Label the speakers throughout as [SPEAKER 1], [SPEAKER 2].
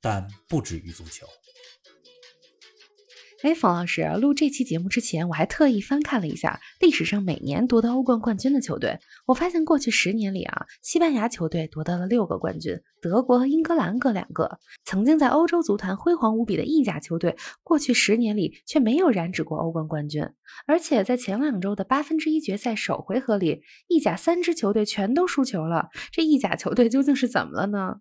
[SPEAKER 1] 但不止于足球。
[SPEAKER 2] 哎，冯老师，录这期节目之前，我还特意翻看了一下历史上每年夺得欧冠冠军的球队。我发现过去十年里啊，西班牙球队夺得了六个冠军，德国和英格兰各两个。曾经在欧洲足坛辉煌无比的意甲球队，过去十年里却没有染指过欧冠冠军。而且在前两周的八分之一决赛首回合里，意甲三支球队全都输球了。这意甲球队究竟是怎么了呢？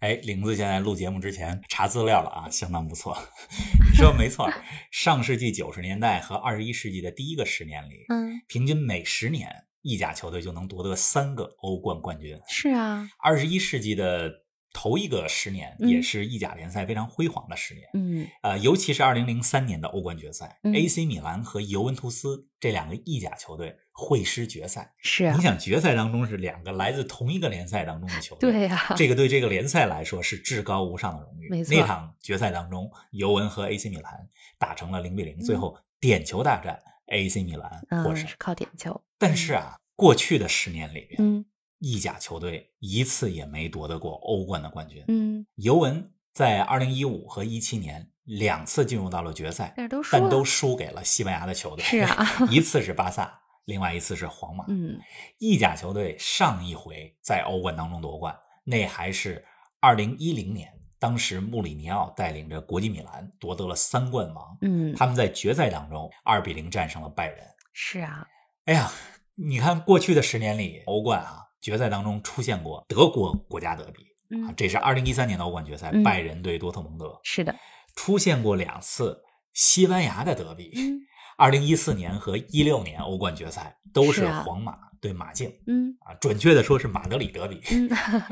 [SPEAKER 1] 哎，玲子现在录节目之前查资料了啊，相当不错。 你说没错，上世纪九十年代和二十一世纪的第一个十年里，
[SPEAKER 2] 嗯，
[SPEAKER 1] 平均每十年意甲球队就能夺得三个欧冠冠军。
[SPEAKER 2] 是啊，
[SPEAKER 1] 二十一世纪的头一个十年
[SPEAKER 2] 嗯
[SPEAKER 1] 也是意甲联赛非常辉煌的十年，
[SPEAKER 2] 嗯
[SPEAKER 1] 呃，尤其是二零零三年的欧冠决赛、
[SPEAKER 2] 嗯
[SPEAKER 1] a c 米兰和尤文图斯这两个意甲球队会师决赛。
[SPEAKER 2] 是啊
[SPEAKER 1] 你，想，决赛当中是两个来自同一个联赛当中的球队，
[SPEAKER 2] 对呀、
[SPEAKER 1] 这个对这个联赛来说是至高无上的荣誉。
[SPEAKER 2] 没错
[SPEAKER 1] 那场决赛当中，尤文和 AC 米兰打成了零比零，最后点球大战，AC 米兰获
[SPEAKER 2] 嗯，
[SPEAKER 1] 胜。
[SPEAKER 2] 是嗯靠点球，
[SPEAKER 1] 但是啊，过去的十年里边，
[SPEAKER 2] 嗯
[SPEAKER 1] 意甲球队一次也没夺得过欧冠的冠军。
[SPEAKER 2] 嗯，
[SPEAKER 1] 尤文在二零一五和一七年两次进入到了决赛，
[SPEAKER 2] 但是都输
[SPEAKER 1] 但
[SPEAKER 2] 了，
[SPEAKER 1] 都输给了西班牙的球队。
[SPEAKER 2] 是啊，
[SPEAKER 1] 一次是巴 萨，另外一次是皇马。
[SPEAKER 2] 嗯
[SPEAKER 1] 意甲球队上一回在欧冠当中夺冠，那还是二零一零年，当时穆里尼奥带领着国际米兰夺得了三冠王。
[SPEAKER 2] 嗯，
[SPEAKER 1] 他们在决赛当中二比零战胜了拜仁。
[SPEAKER 2] 是啊，
[SPEAKER 1] 哎呀，你看过去的十年里，欧冠啊决赛当中出现过德国国家德比啊
[SPEAKER 2] 嗯，，
[SPEAKER 1] 这是二零一三年的欧冠决赛，
[SPEAKER 2] 嗯
[SPEAKER 1] 拜仁对多特蒙德，
[SPEAKER 2] 是的，
[SPEAKER 1] 出现过两次西班牙的德比，
[SPEAKER 2] 嗯
[SPEAKER 1] 二零一四年和一六年欧冠决赛都
[SPEAKER 2] 是
[SPEAKER 1] 是
[SPEAKER 2] 啊
[SPEAKER 1] 皇马对马竞。
[SPEAKER 2] 嗯
[SPEAKER 1] 啊，准确的说是马德里德比。
[SPEAKER 2] 嗯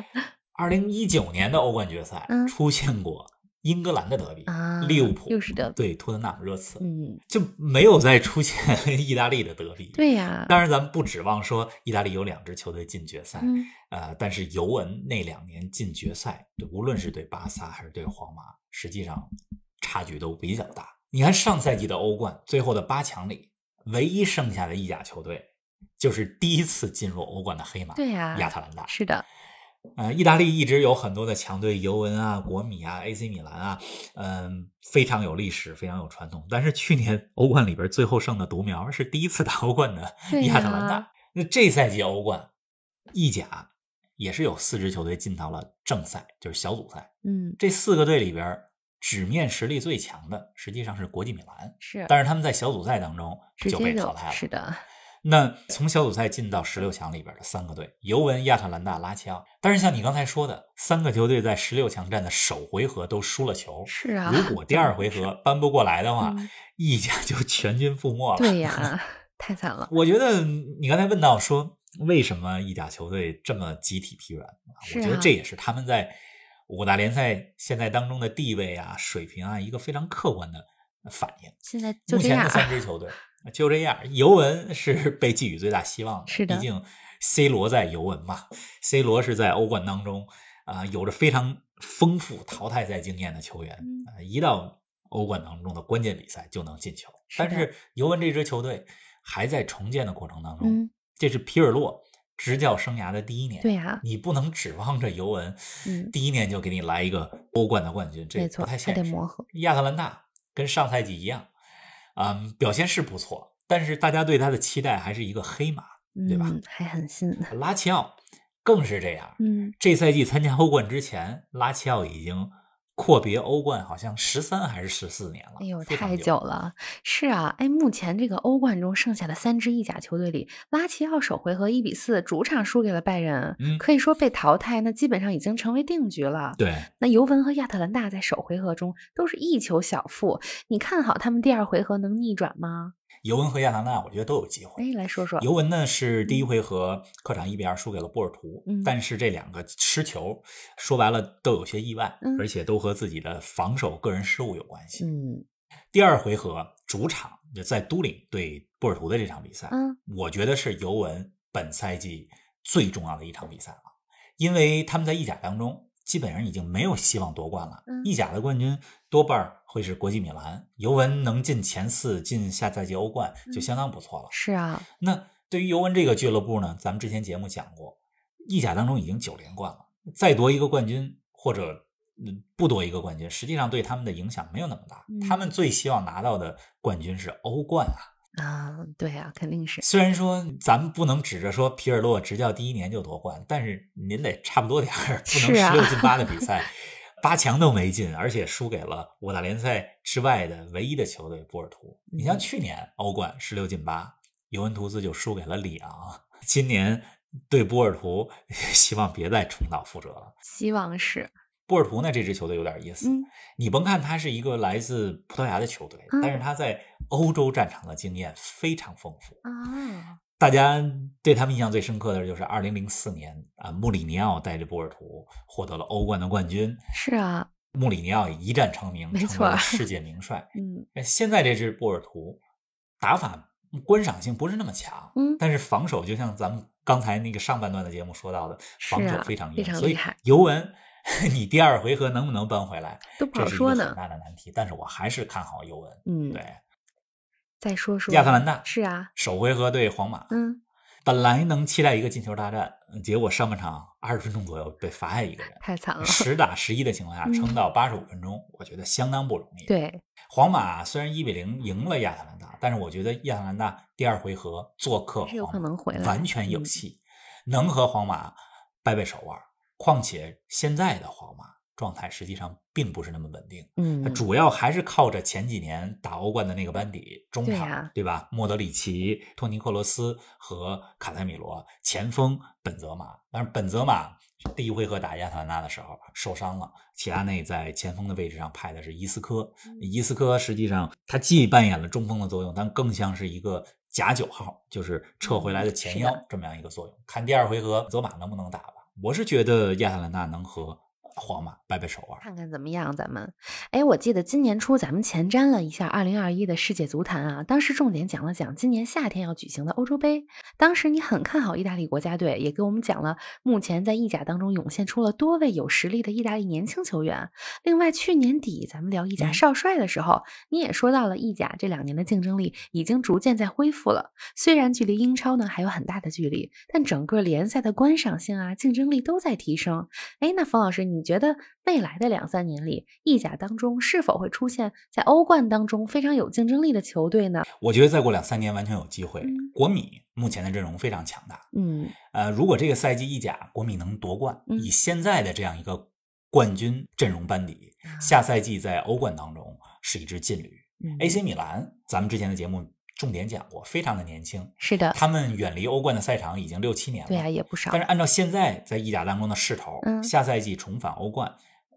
[SPEAKER 1] 二零一九年的欧冠决赛
[SPEAKER 2] 嗯
[SPEAKER 1] 出现过英格兰的德比，
[SPEAKER 2] 啊，
[SPEAKER 1] 利物浦
[SPEAKER 2] 又是德比，
[SPEAKER 1] 对托特纳姆热刺，
[SPEAKER 2] 嗯，
[SPEAKER 1] 就没有再出现 意大利的德比。
[SPEAKER 2] 对啊呀，
[SPEAKER 1] 当然，咱们不指望说意大利有两支球队进决赛，
[SPEAKER 2] 嗯
[SPEAKER 1] 呃，但是尤文那两年进决赛，对无论是对巴萨还是对皇马，实际上差距都比较大。你看上赛季的欧冠最后的八强里，唯一剩下的意甲球队就是第一次进入欧冠的黑马，
[SPEAKER 2] 对呀
[SPEAKER 1] 亚特兰大。
[SPEAKER 2] 是的，
[SPEAKER 1] 呃，意大利一直有很多的强队，尤文啊、国米啊、AC 米兰啊，嗯、非常有历史，非常有传统。但是去年欧冠里边最后剩的独苗是第一次打欧冠的
[SPEAKER 2] 对
[SPEAKER 1] 亚特兰
[SPEAKER 2] 呀
[SPEAKER 1] 大。那这赛季欧冠意甲也是有四支球队进到了正赛，就是小组赛。
[SPEAKER 2] 嗯
[SPEAKER 1] 这四个队里边，纸面实力最强的实际上是国际米兰，
[SPEAKER 2] 是，
[SPEAKER 1] 但是他们在小组赛当中
[SPEAKER 2] 直
[SPEAKER 1] 就
[SPEAKER 2] 接
[SPEAKER 1] 被
[SPEAKER 2] 就
[SPEAKER 1] 淘汰了。
[SPEAKER 2] 是的，
[SPEAKER 1] 那从小组赛进到十六强里边的三个队，尤文、亚特兰大、拉齐奥。但是像你刚才说的，三个球队在十六强战的首回合都输了球，
[SPEAKER 2] 是啊，
[SPEAKER 1] 如果第二回合扳不过来的话，
[SPEAKER 2] 嗯
[SPEAKER 1] 意甲就全军覆没了。
[SPEAKER 2] 对 呀，太惨了，
[SPEAKER 1] 我觉得你刚才问到说为什么意甲球队这么集体疲软，
[SPEAKER 2] 是
[SPEAKER 1] 我
[SPEAKER 2] 啊
[SPEAKER 1] 觉得这也是他们在五大联赛现在当中的地位啊、水平啊一个非常客观的反应。
[SPEAKER 2] 现在就
[SPEAKER 1] 目
[SPEAKER 2] 这
[SPEAKER 1] 前
[SPEAKER 2] 样啊
[SPEAKER 1] 的，三支球队就这样。尤文 是被寄予最大希望的，
[SPEAKER 2] 是的
[SPEAKER 1] 毕竟 C 罗在尤文嘛，C 罗是在欧冠当中啊、呃有着非常丰富淘汰赛经验的球员，
[SPEAKER 2] 嗯
[SPEAKER 1] 呃一到欧冠当中的关键比赛就能进球。
[SPEAKER 2] 是的
[SPEAKER 1] 但是尤文这支球队还在重建的过程当中，
[SPEAKER 2] 嗯，
[SPEAKER 1] 这是皮尔洛执教生涯的第一年，
[SPEAKER 2] 对呀，
[SPEAKER 1] 你不能指望着尤文
[SPEAKER 2] 嗯
[SPEAKER 1] 第一年就给你来一个欧冠的冠军，这
[SPEAKER 2] 没错，
[SPEAKER 1] 不太
[SPEAKER 2] 还
[SPEAKER 1] 现
[SPEAKER 2] 得
[SPEAKER 1] 实。
[SPEAKER 2] 磨合，
[SPEAKER 1] 亚特兰大跟上赛季一样，嗯，表现是不错，但是大家对他的期待还是一个黑马。对吧
[SPEAKER 2] 嗯，还很新，
[SPEAKER 1] 拉齐奥更是这样，
[SPEAKER 2] 嗯
[SPEAKER 1] 这赛季参加欧冠之前，拉齐奥已经阔别欧冠，好像十三还是十四年了，
[SPEAKER 2] 哎呦，
[SPEAKER 1] 非常
[SPEAKER 2] 太
[SPEAKER 1] 久
[SPEAKER 2] 久。了！是啊，哎，目前这个欧冠中剩下的三支意甲球队里，拉齐奥首回合一比四主场输给了拜仁，
[SPEAKER 1] 嗯
[SPEAKER 2] 可以说被淘汰，那基本上已经成为定局了。
[SPEAKER 1] 对，
[SPEAKER 2] 那尤文和亚特兰大在首回合中都是一球小负，你看好他们第二回合能逆转吗？
[SPEAKER 1] 尤文和亚特兰大，我觉得都有机会。
[SPEAKER 2] 哎，来说说，
[SPEAKER 1] 尤文呢是第一回合客场一比二输给了波尔图，
[SPEAKER 2] 嗯
[SPEAKER 1] 但是这两个失球说白了都有些意外，
[SPEAKER 2] 嗯
[SPEAKER 1] 而且都和自己的防守个人失误有关系。
[SPEAKER 2] 嗯
[SPEAKER 1] 第二回合主场就在都灵对波尔图的这场比赛，
[SPEAKER 2] 嗯
[SPEAKER 1] 我觉得是尤文本赛季最重要的一场比赛了，因为他们在意甲当中基本上已经没有希望夺冠了。
[SPEAKER 2] 嗯
[SPEAKER 1] 意甲的冠军多半儿会是国际米兰，尤文能进前四，进下赛季欧冠就
[SPEAKER 2] 嗯
[SPEAKER 1] 相当不错了。
[SPEAKER 2] 是啊，
[SPEAKER 1] 那对于尤文这个俱乐部呢，咱们之前节目讲过，意甲当中已经九连冠了，再夺一个冠军或者嗯不夺一个冠军，实际上对他们的影响没有那么大。
[SPEAKER 2] 嗯
[SPEAKER 1] 他们最希望拿到的冠军是欧冠啊。
[SPEAKER 2] 啊，对啊，肯定是
[SPEAKER 1] 虽然说咱们不能指着说皮尔洛执教第一年就夺冠，但是您得差不多点儿，不能
[SPEAKER 2] 是啊
[SPEAKER 1] 十六进八 的比赛，八强都没进，而且输给了五大联赛之外的唯一的球队波尔图。你
[SPEAKER 2] 嗯
[SPEAKER 1] 像去年欧冠十六进八，尤文图斯就输给了里昂，今年对波尔图， 希望别再重蹈覆辙了。
[SPEAKER 2] 希望是，
[SPEAKER 1] 波尔图呢，这支球队有点意思。
[SPEAKER 2] 嗯
[SPEAKER 1] 你甭看它是一个来自葡萄牙的球队，
[SPEAKER 2] 嗯
[SPEAKER 1] 但是它在欧洲战场的经验非常丰富。
[SPEAKER 2] 啊，
[SPEAKER 1] 大家对他们印象最深刻的就是2004年啊，穆里尼奥带着波尔图获得了欧冠的冠军，
[SPEAKER 2] 是啊，
[SPEAKER 1] 穆里尼奥一战成名，
[SPEAKER 2] 没错
[SPEAKER 1] 成为了世界名帅。
[SPEAKER 2] 嗯
[SPEAKER 1] 那现在这支波尔图打法观赏性不是那么强，
[SPEAKER 2] 嗯
[SPEAKER 1] 但是防守就像咱们刚才那个上半段的节目说到的，
[SPEAKER 2] 是啊
[SPEAKER 1] 防守非常
[SPEAKER 2] 非
[SPEAKER 1] 硬，
[SPEAKER 2] 常
[SPEAKER 1] 所
[SPEAKER 2] 厉
[SPEAKER 1] 以
[SPEAKER 2] 害
[SPEAKER 1] 尤文。 你第二回合能不能扳回来？
[SPEAKER 2] 都不
[SPEAKER 1] 这
[SPEAKER 2] 好
[SPEAKER 1] 是一个
[SPEAKER 2] 说
[SPEAKER 1] 很
[SPEAKER 2] 呢，
[SPEAKER 1] 大的难题。但是我还是看好尤文。
[SPEAKER 2] 嗯，
[SPEAKER 1] 对，
[SPEAKER 2] 再说说
[SPEAKER 1] 亚特兰大
[SPEAKER 2] 是啊，
[SPEAKER 1] 首回合对皇马，
[SPEAKER 2] 嗯，，
[SPEAKER 1] 本来能期待一个进球大战，呃结果上半场二十分钟左右被罚下一个人
[SPEAKER 2] 太惨了，
[SPEAKER 1] 十打十一的情况下
[SPEAKER 2] 嗯
[SPEAKER 1] 撑到八十五分钟，我觉得相当不容易。，
[SPEAKER 2] 对，
[SPEAKER 1] 皇马虽然一比零赢了亚特兰大，但是我觉得亚特兰大第二回合做客
[SPEAKER 2] 还是有可
[SPEAKER 1] 皇马
[SPEAKER 2] 能回来，
[SPEAKER 1] 完全有
[SPEAKER 2] 嗯
[SPEAKER 1] 戏，能和皇马掰掰手腕。况且现在的皇马状态实际上并不是那么稳定。它
[SPEAKER 2] 嗯，
[SPEAKER 1] 主要还是靠着前几年打欧冠的那个班底，中
[SPEAKER 2] 对
[SPEAKER 1] 场
[SPEAKER 2] 呀
[SPEAKER 1] 吧？莫德里奇、托尼克罗斯和卡塞米罗，前锋本泽马。但是本泽马第一回合打亚特兰大的时候受伤了，齐达内在前锋的位置上派的是伊斯科。
[SPEAKER 2] 嗯
[SPEAKER 1] 伊斯科实际上他既扮演了中锋的作用，但更像是一个。假九号就是撤回来的前腰
[SPEAKER 2] 嗯是的
[SPEAKER 1] 这么样一个作用，看第二回合泽马能不能打吧。我是觉得亚特兰大能和皇马掰掰手腕。
[SPEAKER 2] 看看怎么样，咱们。哎，我记得今年初咱们前瞻了一下2021的世界足坛啊，当时重点讲了讲今年夏天要举行的欧洲杯。当时你很看好意大利国家队，也给我们讲了目前在意甲当中涌现出了多位有实力的意大利年轻球员。另外，去年底咱们聊意甲
[SPEAKER 1] 嗯
[SPEAKER 2] 少帅的时候，你也说到了意甲这两年的竞争力已经逐渐在恢复了。虽然距离英超呢还有很大的距离，但整个联赛的观赏性啊、竞争力都在提升。哎，那冯老师，你觉得未来的两三年里，意甲当中是否会出现在欧冠当中非常有竞争力的球队呢？
[SPEAKER 1] 我觉得再过两三年完全有机会
[SPEAKER 2] 嗯。
[SPEAKER 1] 国米目前的阵容非常强大，
[SPEAKER 2] 嗯，
[SPEAKER 1] 呃，如果这个赛季意甲国米能夺冠，
[SPEAKER 2] 嗯
[SPEAKER 1] 以现在的这样一个冠军阵容班底，下赛季在欧冠当中是一支劲旅。
[SPEAKER 2] 啊嗯
[SPEAKER 1] AC 米兰，咱们之前的节目重点讲过，非常的年轻，
[SPEAKER 2] 是的，
[SPEAKER 1] 他们远离欧冠的赛场已经六七年
[SPEAKER 2] 呃
[SPEAKER 1] 了。
[SPEAKER 2] 对啊，也不少
[SPEAKER 1] 但，是按照现在在意甲当中的势头，
[SPEAKER 2] 嗯
[SPEAKER 1] 下赛季重返欧冠、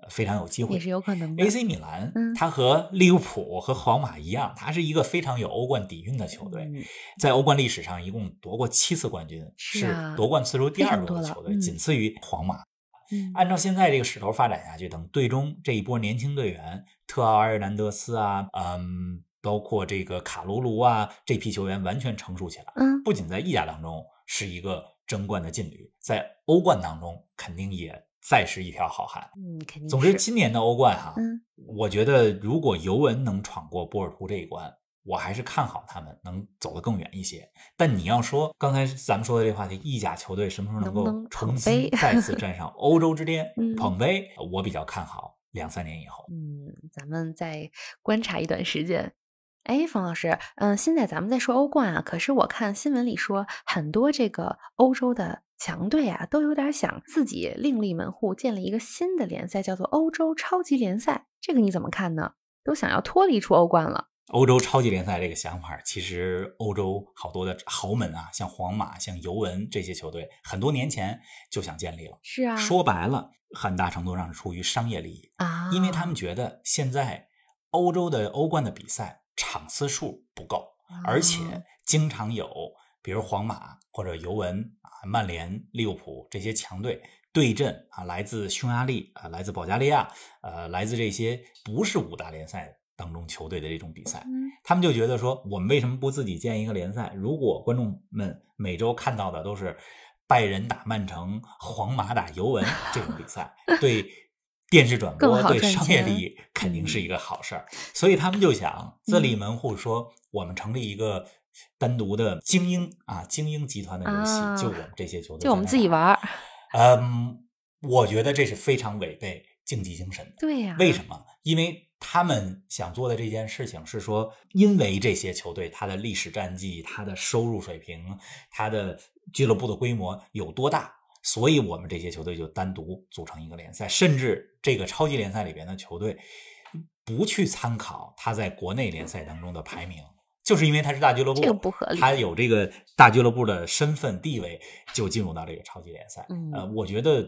[SPEAKER 1] 呃非常有机会
[SPEAKER 2] 也。是有可能的。
[SPEAKER 1] AC 米兰
[SPEAKER 2] 嗯，
[SPEAKER 1] 它和利物浦和皇马一样，它是一个非常有欧冠底蕴的球队。
[SPEAKER 2] 嗯
[SPEAKER 1] 在欧冠历史上一共夺过七次冠军，
[SPEAKER 2] 是啊
[SPEAKER 1] 夺冠次数第二多的
[SPEAKER 2] 非常多了
[SPEAKER 1] 球队，
[SPEAKER 2] 嗯
[SPEAKER 1] 仅次于皇马。
[SPEAKER 2] 嗯
[SPEAKER 1] 按照现在这个势头发展下去，等队中这一波年轻队员，特奥埃尔南德斯啊，嗯，包括这个卡卢卢啊，这批球员完全成熟起来，
[SPEAKER 2] 嗯，
[SPEAKER 1] 不仅在意甲当中是一个争冠的劲旅，在欧冠当中肯定也再是一条好汉。
[SPEAKER 2] 嗯，肯定
[SPEAKER 1] 总之，
[SPEAKER 2] 是，
[SPEAKER 1] 今年的欧冠哈、
[SPEAKER 2] 嗯
[SPEAKER 1] 我觉得如果尤文能闯过波尔图这一关，我还是看好他们能走得更远一些。但你要说刚才咱们说的这个话题，意甲球队什么时候
[SPEAKER 2] 能不能
[SPEAKER 1] 够重
[SPEAKER 2] 捧
[SPEAKER 1] 新
[SPEAKER 2] 杯
[SPEAKER 1] 再 次站上欧洲之巅
[SPEAKER 2] 嗯，
[SPEAKER 1] 捧杯，我比较看好两三年以后。
[SPEAKER 2] 嗯，咱们再观察一段时间。哎，冯老师，嗯，现在咱们在说欧冠啊，可是我看新闻里说，很多这个欧洲的强队啊，都有点想自己另立门户，建立一个新的联赛，叫做欧洲超级联赛。这个你怎么看呢？都想要脱离出欧冠了。
[SPEAKER 1] 欧洲超级联赛这个想法，其实欧洲好多的豪门啊，像皇马、像尤文这些球队，很多年前就想建立了。
[SPEAKER 2] 是啊，
[SPEAKER 1] 说白了，很大程度上是出于商业利益。
[SPEAKER 2] 啊，
[SPEAKER 1] 因为他们觉得现在欧洲的欧冠的比赛场次数不够，而且经常有，比如皇马或者尤文啊、曼联、利物浦这些强队对阵啊，来自匈牙利啊、来自保加利亚、呃，来自这些不是五大联赛当中球队的这种比赛，
[SPEAKER 2] 嗯
[SPEAKER 1] 他们就觉得说，我们为什么不自己建一个联赛？如果观众们每周看到的都是拜仁打曼城、皇马打尤文这种比赛，对电视转播
[SPEAKER 2] 更、好
[SPEAKER 1] 对
[SPEAKER 2] 赚
[SPEAKER 1] 商业
[SPEAKER 2] 钱嗯
[SPEAKER 1] 利益肯定是一个好事儿。所以他们就想自立门户，说我们成立一个单独的精英啊精英集团的游戏，
[SPEAKER 2] 啊
[SPEAKER 1] 就我们这些球队，
[SPEAKER 2] 就我们自己玩。儿。
[SPEAKER 1] 嗯，我觉得这是非常违背竞技精神的。
[SPEAKER 2] 对呀、
[SPEAKER 1] 为什么？因为他们想做的这件事情是说，因为这些球队它的历史战绩、它的收入水平、它的俱乐部的规模有多大，所以我们这些球队就单独组成一个联赛，甚至这个超级联赛里边的球队不去参考它在国内联赛当中的排名。就是因为它是大俱乐部，
[SPEAKER 2] 这个不合理
[SPEAKER 1] 它有这个大俱乐部的身份地位，就进入到这个超级联赛。
[SPEAKER 2] 嗯
[SPEAKER 1] 呃，我觉得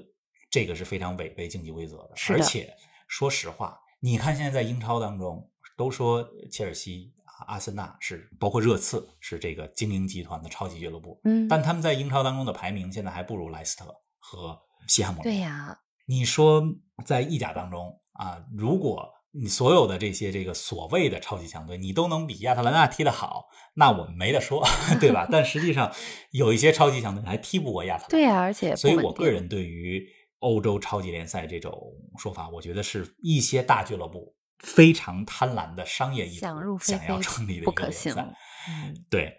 [SPEAKER 1] 这个是非常违背竞技规则的。
[SPEAKER 2] 是
[SPEAKER 1] 而
[SPEAKER 2] 的
[SPEAKER 1] 且说实话，你看现在在英超当中，都说切尔西、啊阿森纳是，包括热刺是这个精英集团的超级俱乐部，
[SPEAKER 2] 嗯，
[SPEAKER 1] 但他们在英超当中的排名现在还不如莱斯特和西汉姆联。
[SPEAKER 2] 对 呀、
[SPEAKER 1] 你说在意甲当中啊，如果你所有的这些这个所谓的超级强队，你都能比亚特兰大踢得好，那我们没得说， 对吧？但实际上有一些超级强队还踢不过亚特兰大。
[SPEAKER 2] 对呀、啊而且不
[SPEAKER 1] 所以
[SPEAKER 2] 稳
[SPEAKER 1] 我个
[SPEAKER 2] 定
[SPEAKER 1] 人对于欧洲超级联赛这种说法，我觉得是一些大俱乐部非常贪婪的商业意图
[SPEAKER 2] 想入非
[SPEAKER 1] 想要
[SPEAKER 2] 非
[SPEAKER 1] 成立的
[SPEAKER 2] 不
[SPEAKER 1] 一个
[SPEAKER 2] 可
[SPEAKER 1] 联
[SPEAKER 2] 行
[SPEAKER 1] 赛。
[SPEAKER 2] 嗯
[SPEAKER 1] 对，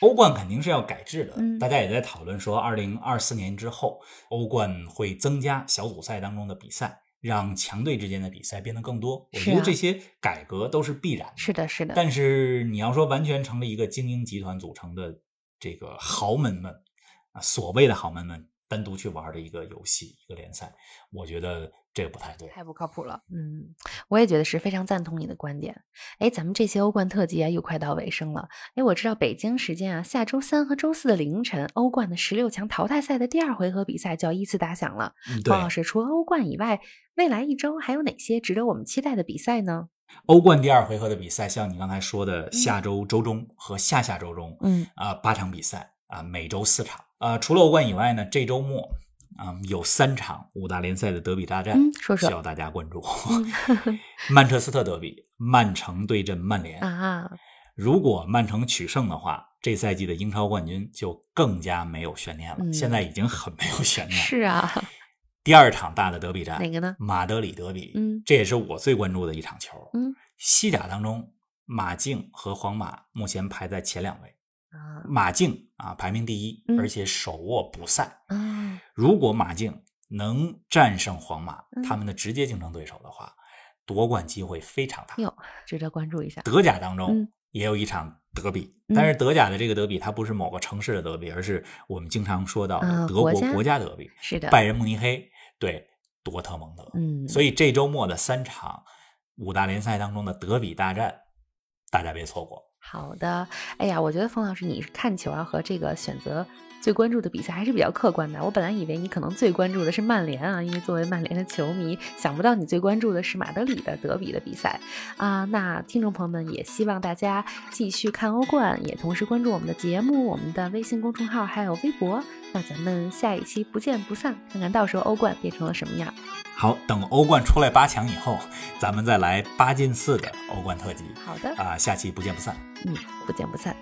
[SPEAKER 1] 欧冠肯定是要改制的，
[SPEAKER 2] 嗯
[SPEAKER 1] 大家也在讨论说，二零二四年之后，欧冠会增加小组赛当中的比赛，让强队之间的比赛变得更多。我
[SPEAKER 2] 是
[SPEAKER 1] 觉得
[SPEAKER 2] 啊
[SPEAKER 1] 这些改革都是必然的。
[SPEAKER 2] 是的，是的，
[SPEAKER 1] 但是你要说完全成了一个精英集团组成的这个豪门们啊，所谓的豪门们单独去玩的一个游戏一个联赛，我觉得这个不太对。
[SPEAKER 2] 太不靠谱了。嗯，我也觉得是非常赞同你的观点。哎，咱们这些欧冠特辑啊，又快到尾声了。哎，我知道北京时间啊，下周三和周四的凌晨，欧冠的十六强淘汰赛的第二回合比赛就要依次打响了。
[SPEAKER 1] 嗯对
[SPEAKER 2] 方，老师，除了欧冠以外，未来一周还有哪些值得我们期待的比赛呢？
[SPEAKER 1] 欧冠第二回合的比赛，像你刚才说的，下周周中和下下周中，
[SPEAKER 2] 嗯，
[SPEAKER 1] 啊、八场比赛啊、每周四场。啊，除了欧冠以外呢，这周末啊、有三场五大联赛的德比大战，
[SPEAKER 2] 嗯说说嗯
[SPEAKER 1] 需要大家关注。 曼彻斯特德比，曼城对阵曼联
[SPEAKER 2] 啊，
[SPEAKER 1] 如果曼城取胜的话，这赛季的英超冠军就更加没有悬念了。
[SPEAKER 2] 嗯
[SPEAKER 1] 现在已经很没有悬念了。
[SPEAKER 2] 是啊，
[SPEAKER 1] 第二场大的德比战，
[SPEAKER 2] 哪个呢？
[SPEAKER 1] 马德里德比，
[SPEAKER 2] 嗯
[SPEAKER 1] 这也是我最关注的一场球。
[SPEAKER 2] 嗯，
[SPEAKER 1] 西甲当中，马竞和皇马目前排在前两位，
[SPEAKER 2] 啊
[SPEAKER 1] 马竞啊排名第一，
[SPEAKER 2] 嗯
[SPEAKER 1] 而且手握补赛。
[SPEAKER 2] 啊，
[SPEAKER 1] 如果马竞能战胜皇马
[SPEAKER 2] 嗯，
[SPEAKER 1] 他们的直接竞争对手的话，夺冠机会非常大。
[SPEAKER 2] 哟，值得关注一下。
[SPEAKER 1] 德甲
[SPEAKER 2] 嗯
[SPEAKER 1] 当中也有一场德比，
[SPEAKER 2] 嗯
[SPEAKER 1] 但是德甲的这个德比，它不是某个城市的德比，而是我们经常说到
[SPEAKER 2] 啊
[SPEAKER 1] 的德国
[SPEAKER 2] 国家
[SPEAKER 1] 国家德比，
[SPEAKER 2] 是的，
[SPEAKER 1] 拜仁慕尼黑对多特蒙德。
[SPEAKER 2] 嗯，
[SPEAKER 1] 所以这周末的三场五大联赛当中的德比大战，大家别错过。
[SPEAKER 2] 好的，哎呀，我觉得冯老师你是看球啊和这个选择最关注的比赛还是比较客观的。我本来以为你可能最关注的是曼联啊，因为作为曼联的球迷，想不到你最关注的是马德里的德比的比赛啊。那听众朋友们也希望大家继续看欧冠，也同时关注我们的节目、我们的微信公众号还有微博。那咱们下一期不见不散，看看到时候欧冠变成了什么样。
[SPEAKER 1] 好，等欧冠出来八强以后，咱们再来八进四的欧冠特辑
[SPEAKER 2] 好的，
[SPEAKER 1] 啊、下期不见不散。
[SPEAKER 2] 嗯，不见不散。